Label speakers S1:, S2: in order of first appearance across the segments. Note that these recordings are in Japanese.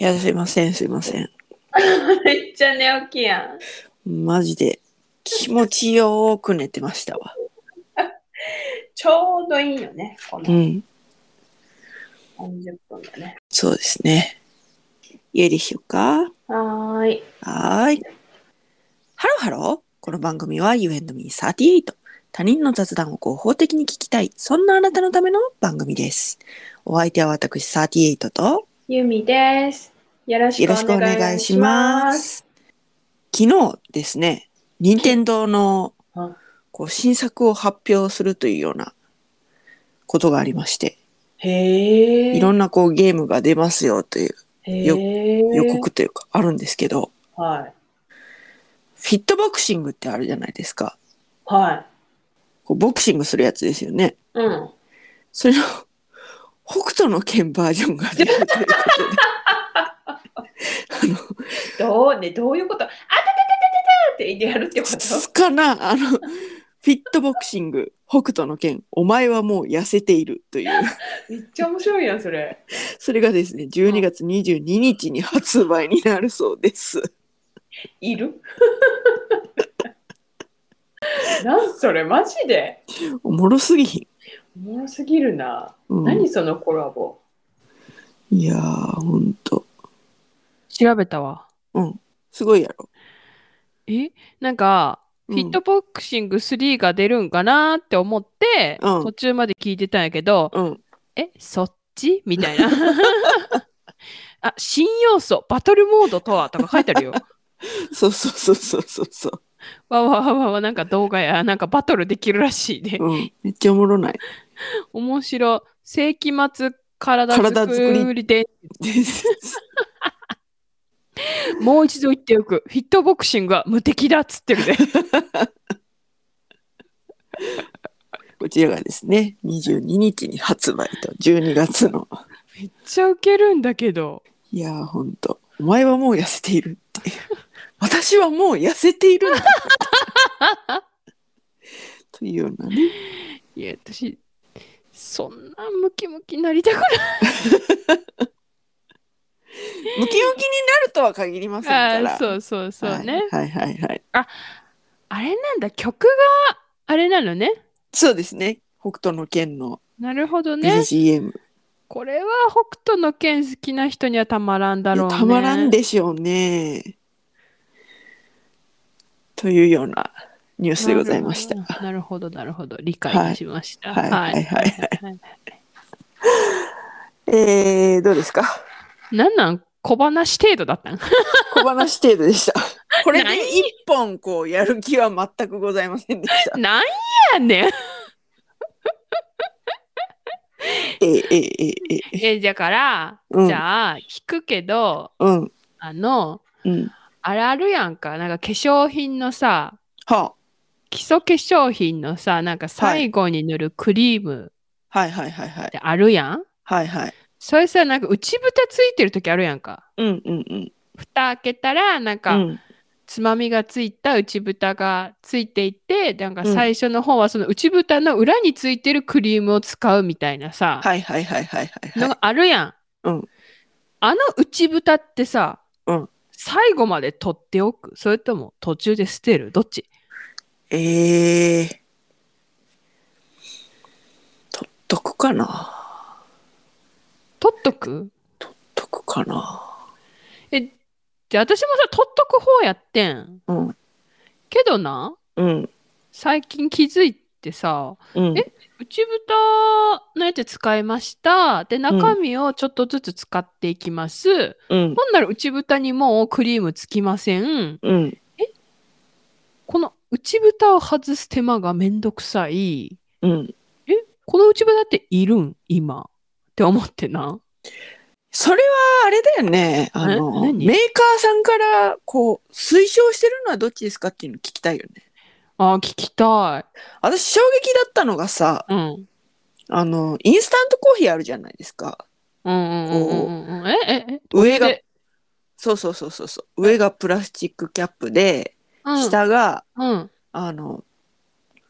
S1: いや、すいません、すいません。
S2: めっちゃ寝起きやん。
S1: マジで気持ちよーく寝てましたわ。
S2: ちょうどいいよね。こ
S1: う
S2: の
S1: ん、
S2: 30分だね。
S1: そうですね。家でしようか。
S2: はーい。
S1: はーい。ハローハロー。この番組は You and me38。他人の雑談を合法的に聞きたい。そんなあなたのための番組です。お相手は私38と
S2: ゆみです。よろし
S1: よ
S2: く
S1: ろしく
S2: お
S1: お
S2: 願
S1: 願
S2: い
S1: い
S2: し
S1: し
S2: ま。
S1: ますす。昨日ですね、任天堂の
S2: うん
S1: こう新作を発表するというようなことがありまして、
S2: へえ。
S1: いろんなこうゲームが出ますよというよ
S2: へー
S1: 予。告というかあるんですけど、
S2: はい。
S1: フィットボクシングってあるじゃないですか。
S2: はい。
S1: こうボクシングするやつですよね。
S2: うん。
S1: それの北斗の拳バージョンが出るということで。あの
S2: どうね、どういうことあたたたたたたってやるって こと
S1: つかなあのフィットボクシング北斗の拳お前はもう痩せているという
S2: めっちゃ面白いやん、それ。
S1: それがですね12月22日に発売になるそうです
S2: いるなんそれ、マジで。
S1: おもろすぎひん、
S2: おもろすぎるな。
S1: うん
S2: 何そのコラボ。
S1: いやーほんと
S3: 調べたわ。
S1: すごいやろ、
S3: えなんか、
S1: う
S3: フ
S1: ん
S3: ィットボクシング3が出るんかなって思って、
S1: うん
S3: 途中まで聞いてたんやけど、
S1: うん、
S3: えそっちみたいな。 あ新要素バトルモードとはとか書いてあ るよ。
S1: そうそうそうそうそうそう、
S3: わわわわわなんか動画やなんかバトルできるらしいで、
S1: うん、めっちゃおもろない
S3: 面白い世紀末体
S1: 体作
S3: 作りで
S1: です
S3: もう一度言っておくフィットボクシングは無敵だっつってるで
S1: こちらがですね22日に発売と12月の
S3: めっちゃウケるんだけど
S1: いやーほんとお前はもう痩せているっていう 私はもう痩せているんだ というようなね
S3: いや私そんなムキムキになりたくな
S1: ム
S3: い
S1: キムキになるとは限りませんか
S3: あ
S1: ら
S3: ーそうそうそうね、
S1: はい、はいはいはい
S3: あれなんだ曲があれなのね
S1: そうですね北斗の拳の
S3: なるほどね
S1: BGM、
S3: これは北斗の拳好きな人にはたまらんだろう
S1: い
S3: ね
S1: やたまらんでしょうねというようなニュースでございました
S3: なるほどなるほどなるほど理解いたしました
S1: はいはいはい
S3: はい
S1: えー、どうですか
S3: なんなん小話程度だっ たん
S1: 小話程度で したこれで
S3: 何
S1: 一本こうやる気は全くございませんでした
S3: なんやねん
S1: えー、えー、えー、えー、えー
S3: えだから、
S1: うん
S3: じゃあ聞くけど
S1: うん
S3: あの
S1: うん
S3: あれあるやんかなんか化粧品のさ
S1: は
S3: 基礎化粧品のさなんか最後に塗るクリーム
S1: あはいはいはいは
S3: っ
S1: い
S3: てあるやん、
S1: はいはい
S3: それさなんか内蓋ついてる時あるやんか
S1: うんうんうん
S3: 蓋開けたらなんか、
S1: うん
S3: つまみがついた内蓋がついていてなんか
S1: うん
S3: 最初の方はその内蓋の裏についてるクリームを使うみたいなさ、
S1: はいはいはいはいはい
S3: の
S1: はい
S3: があるやん、
S1: うん
S3: あの内蓋ってさ、
S1: うん
S3: 最後まで取っておくそれとも途中で捨てるどっち
S1: えー、取っとくかな
S3: 取っとく
S1: 取っとくかな
S3: えじゃあ私もさ取っとく方やってん
S1: うん
S3: けどな
S1: うん
S3: 最近気づいてさ
S1: うん
S3: え内蓋のやつ使いましたで中身をちょっとずつ使っていきます、
S1: うん
S3: ほんなら内蓋にもうクリームつきません。
S1: うん
S3: この内蓋を外す手間がめんどくさい。
S1: うん
S3: この内蓋っているん今。って思ってな。
S1: それはあれだよねあの
S3: え
S1: メ
S3: 何
S1: ーカーさんからこう推奨してるのはどっちですかっていうの聞きたいよね
S3: あー聞きた
S1: 私衝撃だったのがさ
S3: い。うん。
S1: あのインスタントコーヒーあるじゃないですか
S3: うんうんうんうんうん。えええ
S1: 上が
S3: で
S1: そうそうそうそうそう上がプラスチックキャップで、
S3: うん。
S1: 下が
S3: うん。
S1: あの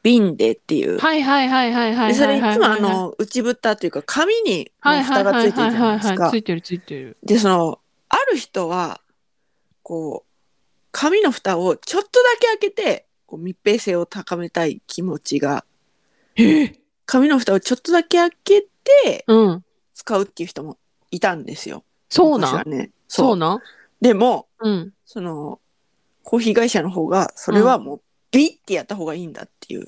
S1: 瓶でっていう、
S3: はいはいはいはいはいはいはいはい。
S1: でそれいつもあ、の内蓋というか紙に
S3: はいは
S1: 蓋
S3: い
S1: がついてるじゃないです
S3: はははは
S1: か
S3: ついてるついてる。
S1: でそのあるる人は、こう、紙の蓋をちょっとだけ開けて、こう密閉性を高めたい気持ちが、紙の蓋をちょっとだけ開けて
S3: うん。
S1: 使うっていう人もいたんですよ。
S3: そうな
S1: 昔は
S3: ん
S1: ね。
S3: そ
S1: そうう。
S3: なん
S1: でも、
S3: うん。
S1: その、コーヒー会社の方が、それはもう、ビッてやった方がいいんだっていう、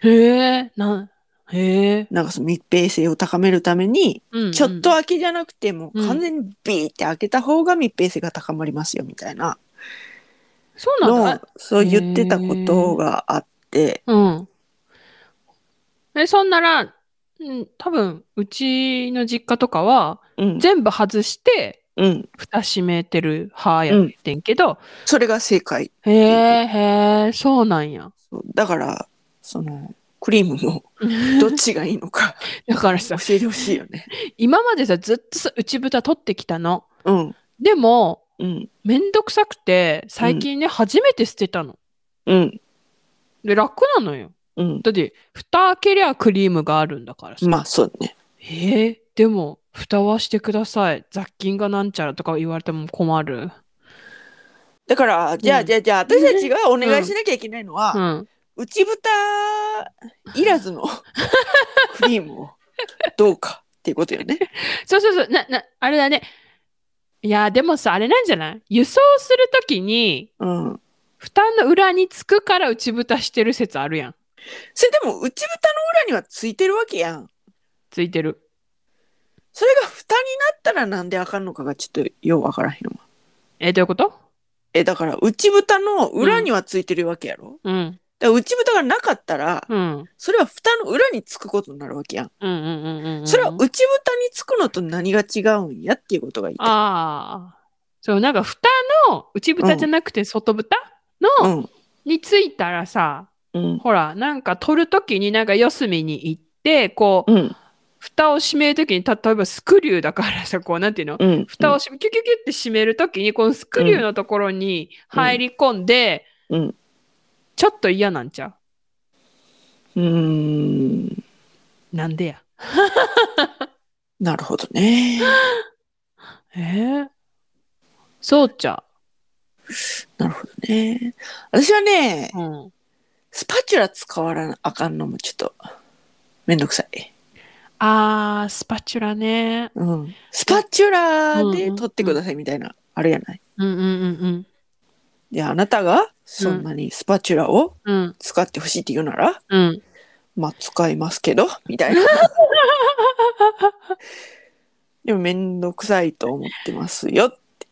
S3: へえ、な、へえ。
S1: なんかその密閉性を高めるために、
S3: うん
S1: ちょっと開けじゃなくて、もう
S3: うん
S1: 完全にビーって開けた方が密閉性が高まりますよ、みたいな
S3: そうなん
S1: のを
S3: だ。、
S1: そう言ってたことがあって、
S3: うん。え、そんなら、うん、多分、うちの実家とかは、
S1: うん、
S3: 全部外して、
S1: うん、
S3: 蓋閉めてる派やってんけど、
S1: それが正解。
S3: へえ、へえ、そうなんや。
S1: そうだから、その、クリームのどっちがいいのか
S3: だから
S1: 教
S3: さ、
S1: えてほしいよね。
S3: 今までさ、ずっとさ、内蓋取ってきたの。
S1: うん、
S3: でも、
S1: うん、
S3: めんどくさくて、最近ね、初めて捨てたの。
S1: うん、
S3: で、楽なのよ。
S1: うん。
S3: だって、蓋開けりゃクリームがあるんだからさ。
S1: まあ、そうね。
S3: えーでも、蓋はしてください。雑菌がなんちゃらとか言われても困る。
S1: だから、じゃ
S3: う
S1: あ、
S3: ん
S1: じゃあ、じゃあ、私たちがお願いしなきゃいけないのは
S3: う、ん。
S1: 内蓋いら ずのクリームをどうかっていうことよね。
S3: そうそうそう。な、な、あれだね。いや、でもさ、あれなんじゃない輸送するときに、
S1: うん。
S3: 蓋の裏につくから内蓋してる説あるやん。
S1: それでも内蓋の裏にはついてるわけやん。
S3: ついてる。
S1: それが蓋になったらなんであかんのかがちょっとようわからへんわ。
S3: え、どういうこと
S1: え、だから内蓋の裏にはついてるわけやろ、
S3: うん。
S1: だから内蓋がなかったら、
S3: うん。
S1: それは蓋の裏につくことになるわけやん。
S3: うんうんうんうんうん。
S1: それは内蓋につくのと何が違うんやっていうことが言いたい。
S3: ああ。そう、なんか蓋の、内蓋じゃなくて外蓋
S1: う
S3: の、
S1: ん。
S3: についたらさ、
S1: うん。
S3: ほら、なんか取るときになんか四隅に行って、こう、
S1: うん。
S3: 蓋を閉めるときに、た例えばスクリューだからさ、こう、なんていうの
S1: うん。
S3: 蓋をし、キュキュキュって閉めるときに、このスクリューのところに入り込んで、
S1: うん。
S3: ちょっと嫌なんちゃ
S1: うーん。
S3: うなんでや。
S1: なるほどね。
S3: えそうちゃ
S1: なるほどね。私はね、
S3: う。うん。
S1: スパチュラ使わなあかんのもちょっとめんどくさい。
S3: あー、スパチュラね。
S1: うん。スパチュラ
S3: うん
S1: で
S3: うん
S1: 取ってくださいみたいな、あれやない。
S3: うんうんうん
S1: で、あなたがそんなにスパチュラを
S3: うん。うん
S1: 使ってほしいって言うなら、
S3: うん。
S1: まあ使いますけど、みたい な。でもめんどくさいと思ってますよって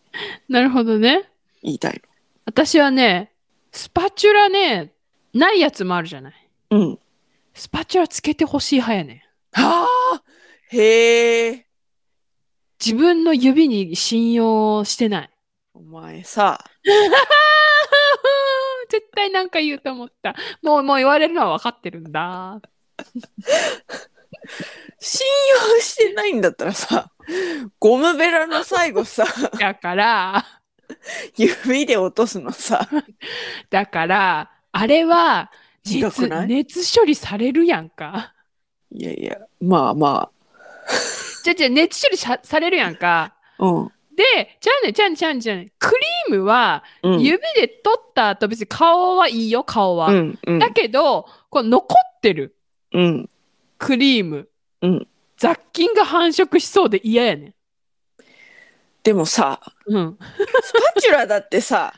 S3: なるほどね。
S1: 言いたい
S3: 私はね、スパチュラね、ないやつもあるじゃない。
S1: の。うん。
S3: スパチュラつけてほしい派やね。
S1: はあへえ。
S3: 自分の指に信用してない。
S1: お前さ、
S3: 絶対なんか言うと思った。もう、もう言われるのは分かってるんだ。
S1: 信用してないんだったらさ、ゴムベラの最後 さ、
S3: だから、
S1: 指で落とすのさ。
S3: だから、あれは
S1: 違
S3: 熱
S1: くない
S3: 熱処理されるやんか。
S1: いやいや、まあま
S3: じゃあじゃあ熱処理さされるやんか。
S1: あ。うん。
S3: で、じゃあね、じゃあね、じゃあね、じゃあね、クリームは
S1: うん。
S3: 指で取った後、別に顔はいいよ、顔は。
S1: うん。うん
S3: だけど、こう残ってる
S1: うん。
S3: クリーム、
S1: うん
S3: 雑菌が繁殖しそうで嫌やねん。
S1: でもさ、
S3: うん、
S1: スパチュラだってさ、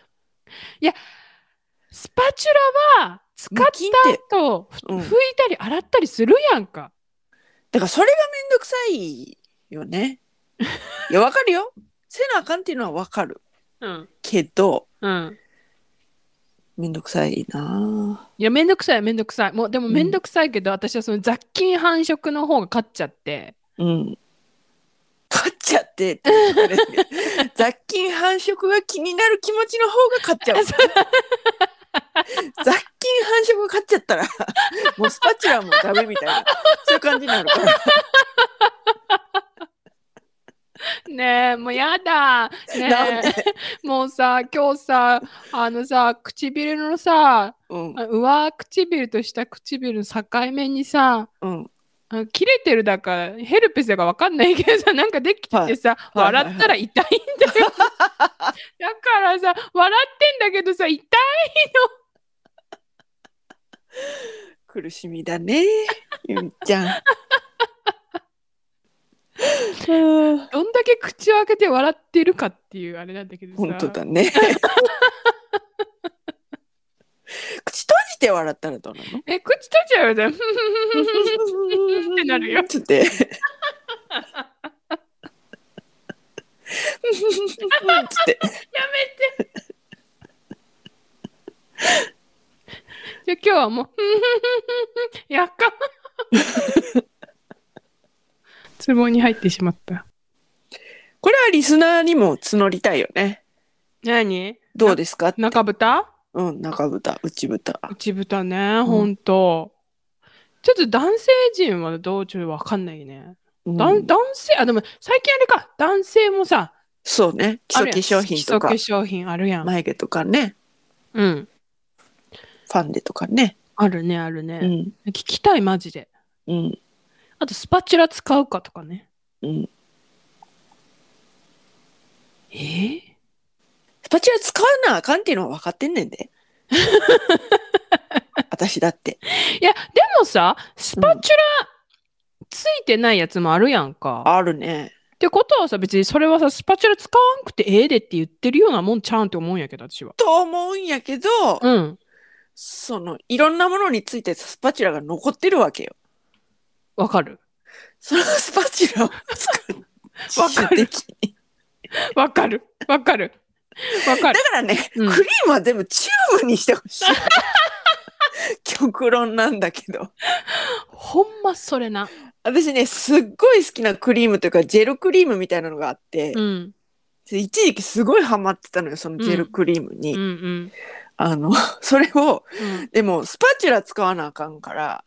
S3: スパチュラは使っ
S1: 無菌って、
S3: た後、ふ
S1: うん
S3: 拭いたり洗ったりするやんか。
S1: だからそれがめんどくさいよね。いや、わかるよ。せなあかんっていうのはわかる。
S3: うん。
S1: けど、
S3: うん。
S1: めんどくさいない
S3: や、めんどくさい、めんどくさい。もう、でも
S1: うん
S3: めんどくさいけど、私はその雑菌繁殖の方が勝っちゃって。
S1: ぁうん。勝っちゃってって言ってく れるけど雑菌繁殖が気になる気持ちの方が勝っちゃう。雑菌繁殖が勝っちゃ ったら、もうスパチュラもダメみたいな、そういう感じになるから。
S3: ねえ、もうや
S1: な
S3: だ。
S1: ん
S3: ね
S1: で
S3: え、もうさ、今日さ、あのさ、唇のさ、
S1: うん
S3: あ上唇と下唇の境目にさ、
S1: うん
S3: あ切れてるだかヘルペスだかわかんないけどさなんかできててさ、
S1: いはいはい
S3: 笑ったら痛いん だよだからさ笑ってんだけどさ痛い
S1: 苦しみだね。ゆみちゃん。 あー
S3: どんだけ口を開けて笑ってるかっていうあれなんだけどさ
S1: 本当だね。 口閉じて笑ったらどうなの
S3: え口閉じちゃう じゃん
S1: って
S3: なるよ
S1: つって。つって。
S3: じゃあ今日はもう、 や っか。ツボに入ってしまった。
S1: これはリスナーにも募りたいよね。
S3: 何
S1: どうですか
S3: 中豚
S1: うん、中豚、内豚。
S3: 内豚ね、ほんと。ちょっと男性陣はどうちょっとわかんないね。
S1: うん
S3: だん男性、あ、でも最近あれか、男性もさ、
S1: そうね。基
S3: あ
S1: 礎化
S3: るやん
S1: 粧品とか
S3: 基、礎化粧品あるやん。
S1: 眉毛とかね、
S3: うん。
S1: ファンデとかね。
S3: あるね、あるね
S1: う。ん、
S3: 聞きたい、マジで。
S1: うん、
S3: あと、スパチュラ使うかとかね。
S1: うん。
S3: えー
S1: スパチュラ使わなあかんっていうのは分かってんねん で。私だって。
S3: いや、でもさ、スパチュラついてないやつもあるやんか。っ
S1: あるね。
S3: てことはさ、別にそれはさ、スパチュラ使わんくてええでって言ってるようなもんちゃうんって思うんやけど、私は。
S1: と思うんやけど、
S3: うん。
S1: その、いろんなものについてスパチュラが残ってるわけよ。
S3: わかる。
S1: そのスパチュラを使う。
S3: わかる
S1: 自主的に
S3: わかる。わかる。わかる
S1: だ。からね、
S3: うん
S1: クリームは全部チューブにしてほ しい。極論なんだけど。
S3: ほんまそれな。
S1: 私ね、すっごい好きなクリームというか、ジェルクリームみたいなのがあって、
S3: うん。
S1: 一時期すごいハマってたのよ、そのジェルクリームに。
S3: うんうん。
S1: あの、 それを、
S3: うん。
S1: でも、スパチュラ使わなあかんから、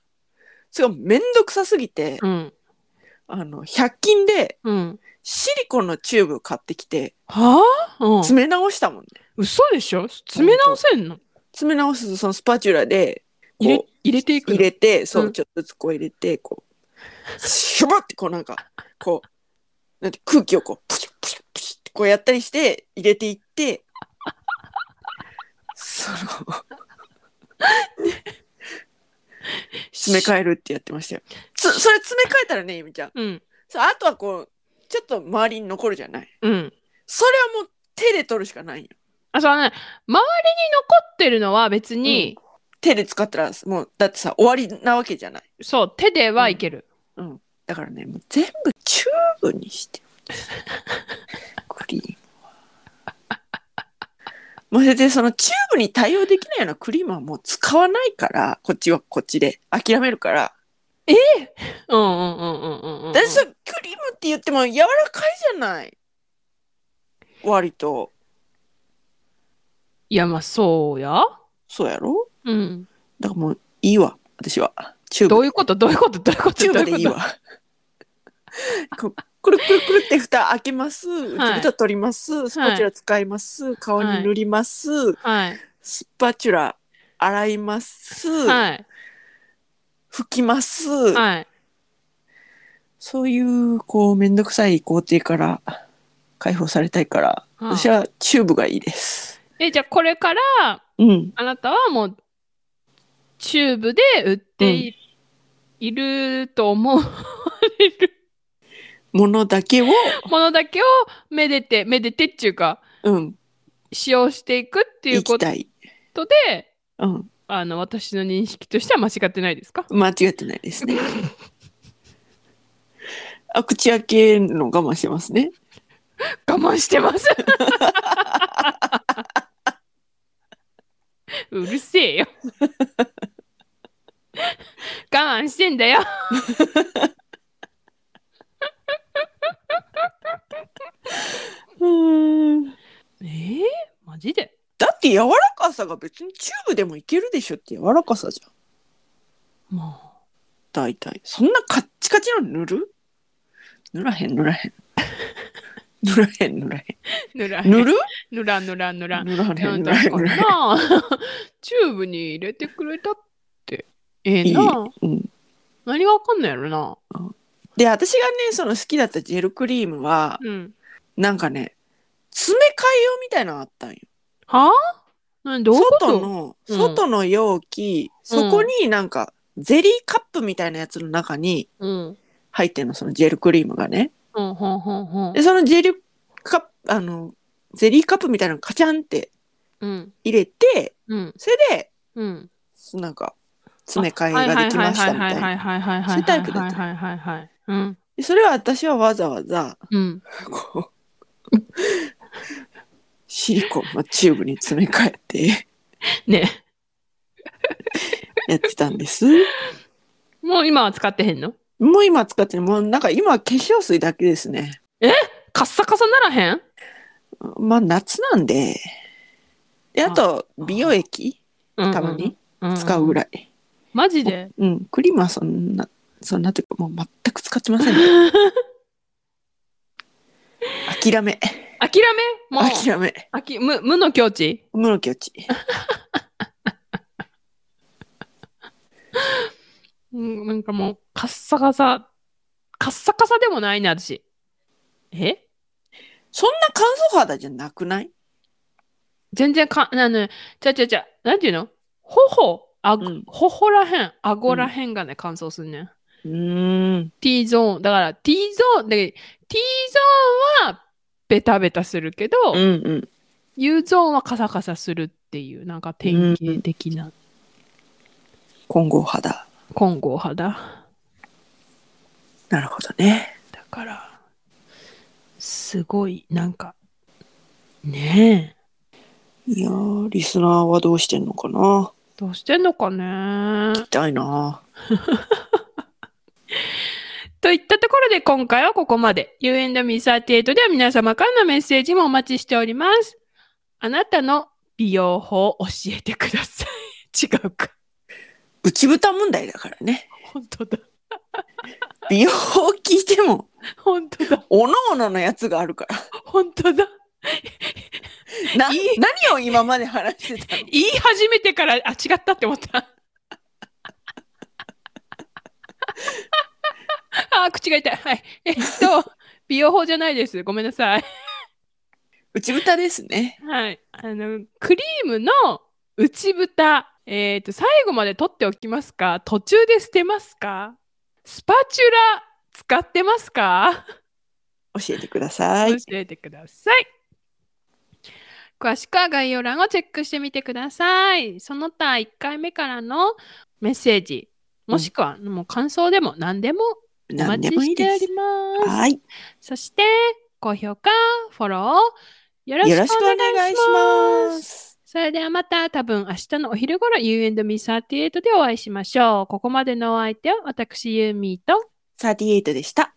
S1: すごいめんどくさすぎて、
S3: うん。
S1: あの、100均で
S3: うん。
S1: シリコンのチューブ買ってきて、
S3: はあ、うん、
S1: 詰め直したもんね。
S3: 嘘でしょ詰め直せんの
S1: 詰め直すと、そのスパチュラで、こう
S3: 入れ入れていくの
S1: 入れて、そうう、
S3: ん
S1: ちょっとずつこう入れて、こう、シュバってこうなんか、こう、なんて空気をこう、プシュップシュップシュッってこうやったりして、入れていって、その、詰め替えるってやってましたよ。つそれ詰め替えたらね、ゆみちゃん。
S3: うん。
S1: そうあとはこう、ちょっと周りに残るじゃない。
S3: うん。
S1: それはもう手で取るしかないよ。
S3: あ、そうね。周りに残ってるのは別に、
S1: 手で使ったら、もう、だってさ、終わりなわけじゃない。
S3: そう、手ではいける。
S1: だからね、もう全部チューブにしてほしいクリームは。もう全然そのチューブに対応できないようなクリームはもう使わないから、こっちはこっちで諦めるから。
S3: うんうんうんうんうんうんうん。
S1: だってさ、クリームって言っても柔らかいじゃない。割と。
S3: いや、まあ、そうや。
S1: そうやろ
S3: うん。
S1: だからもういいわ、私は。チューブ
S3: どういうことどういうことどういうこと
S1: チューブで
S3: どう
S1: いいうわ
S3: こと。
S1: こくるくるくるって蓋開けます、
S3: い
S1: 内蓋取ります、スパチュラ使います、顔に塗ります、
S3: はい。
S1: スパチュラ洗います、
S3: はい。
S1: 拭きます、
S3: はい。
S1: そういうこうめんどくさい工程から解放されたいから、
S3: はい
S1: 私はチューブがいいです。
S3: え、じゃあこれから、
S1: うん、
S3: あなたはもう、チューブで売ってい,、ると思われる
S1: ものだけを、
S3: ものだけをめでて、めでてっていうか、
S1: うん、
S3: 使用していくってい
S1: 行
S3: うこ
S1: き
S3: と
S1: たい。
S3: で、
S1: うん、
S3: あの、私の認識としては間違ってないですか
S1: 間違ってないです ね。あ口開けるの我慢してますね。
S3: 我慢してます。 うるせえよ。我慢してんだよ。
S1: うん
S3: えー、マジで
S1: だって柔らかさが別にチューブでもいけるでしょって柔らかさじゃん
S3: も
S1: 大体そんなカッチカチの塗る塗らへん塗らへん 塗らへん塗らへ
S3: う、ぬら
S1: ん塗る
S3: ぬらぬらぬら。
S1: 塗らへん塗
S3: なん
S1: ら
S3: だ
S1: へん
S3: か
S1: 塗らへん
S3: な。チューブに入れてくれたって。ええな。
S1: うん
S3: 何がわかんないやろな。
S1: で、私がね、その好きだったジェルクリームは、
S3: うん。
S1: なんかね、詰め替え用みたいなのあったんよ。
S3: はあ何どういうこ
S1: 外
S3: と
S1: の、
S3: うん
S1: 外の容器、そこになんか、ゼリーカップみたいなやつの中に
S3: うん。
S1: 入ってんの、そのジェルクリームがね。
S3: うん、ほんほんほん
S1: で、。そのジェルカップ、あの、ゼリーカップみたいなのカチャンって
S3: うん。
S1: 入れて、
S3: うん。
S1: それで、
S3: うん。
S1: なんか、詰め替えができましたみたい
S3: は
S1: な。
S3: いはいはいはいは
S1: そうい
S3: いはいはいはい。
S1: うタイプだ
S3: はい
S1: った
S3: はいはいはい。うん。
S1: でそれは私はわざわざ、
S3: うん。
S1: こう、 シリコンのチューブに詰め替えて
S3: ね
S1: やってたんです。
S3: もう今は使ってへんの
S1: もう今使ってる、もうなんか今は化粧水だけですね。
S3: カッサカサならへん
S1: まあ夏なんで。で、あと、美容液
S3: うん
S1: たまに
S3: うん
S1: 使うぐらい。
S3: マジで
S1: うん、クリームはそんな、そんなというか、もう全く使ってません、 諦め。
S3: 諦めもう
S1: 諦め。
S3: あき無無の境地
S1: 無の境地。
S3: うんなんかもうカッサカサカッサカサでもないね私え
S1: そんな乾燥肌じゃなくない
S3: 全然かなのちゃちゃちゃなんていうの頬あご、
S1: うん
S3: 頬らへん顎らへんがね乾燥すんねん、
S1: うーん。
S3: T ゾーンだから T ゾーンで T ゾーンはベタベタするけど、
S1: うんうん。
S3: U ゾーンはカサカサするっていうなんか典型的な
S1: 混合肌。
S3: 混合肌
S1: なるほどね。
S3: だからすごいなんかねえ
S1: いやー、リスナーはどうしてんのかな
S3: どうしてんのかね
S1: 聞きたいな。
S3: といったところで今回はここまで。You and me38 では皆様からのメッセージもお待ちしております。あなたの美容法を教えてください。違 うか。
S1: 内蓋問題だからね。
S3: 本当だ。
S1: 美容法聞いても、
S3: 本当だ。
S1: おのおののやつがあるから。
S3: 本当だ。
S1: な、
S3: いい
S1: 何を今まで話してたの
S3: 言い始めてから、あ、違ったって思った。あ、口が痛い。はい。えっと、美容法じゃないです。ごめんなさい。
S1: 内蓋ですね。
S3: はい。あの、クリームの内蓋、えっ、と、最後まで取っておきますか途中で捨てますかスパチュラ使ってますか、
S1: 教えてください。
S3: 教えてください。詳しくは概要欄をチェックしてみてください。その他1回目からのメッセージ、もしくはもう感想でも何でもお
S1: 何で
S3: 待ち
S1: もい
S3: し
S1: いで
S3: てお
S1: す
S3: り。ます。
S1: はい。
S3: そして、高評価、フォロー、よろし
S1: よ
S3: く
S1: ろしくお
S3: お願
S1: 願
S3: い
S1: い
S3: し
S1: し
S3: ます
S1: ま。す。
S3: それではまた多分明日のお昼頃 You and me38 でお会いしましょう。ここまでのお相手は私ユーミーと
S1: 38でした。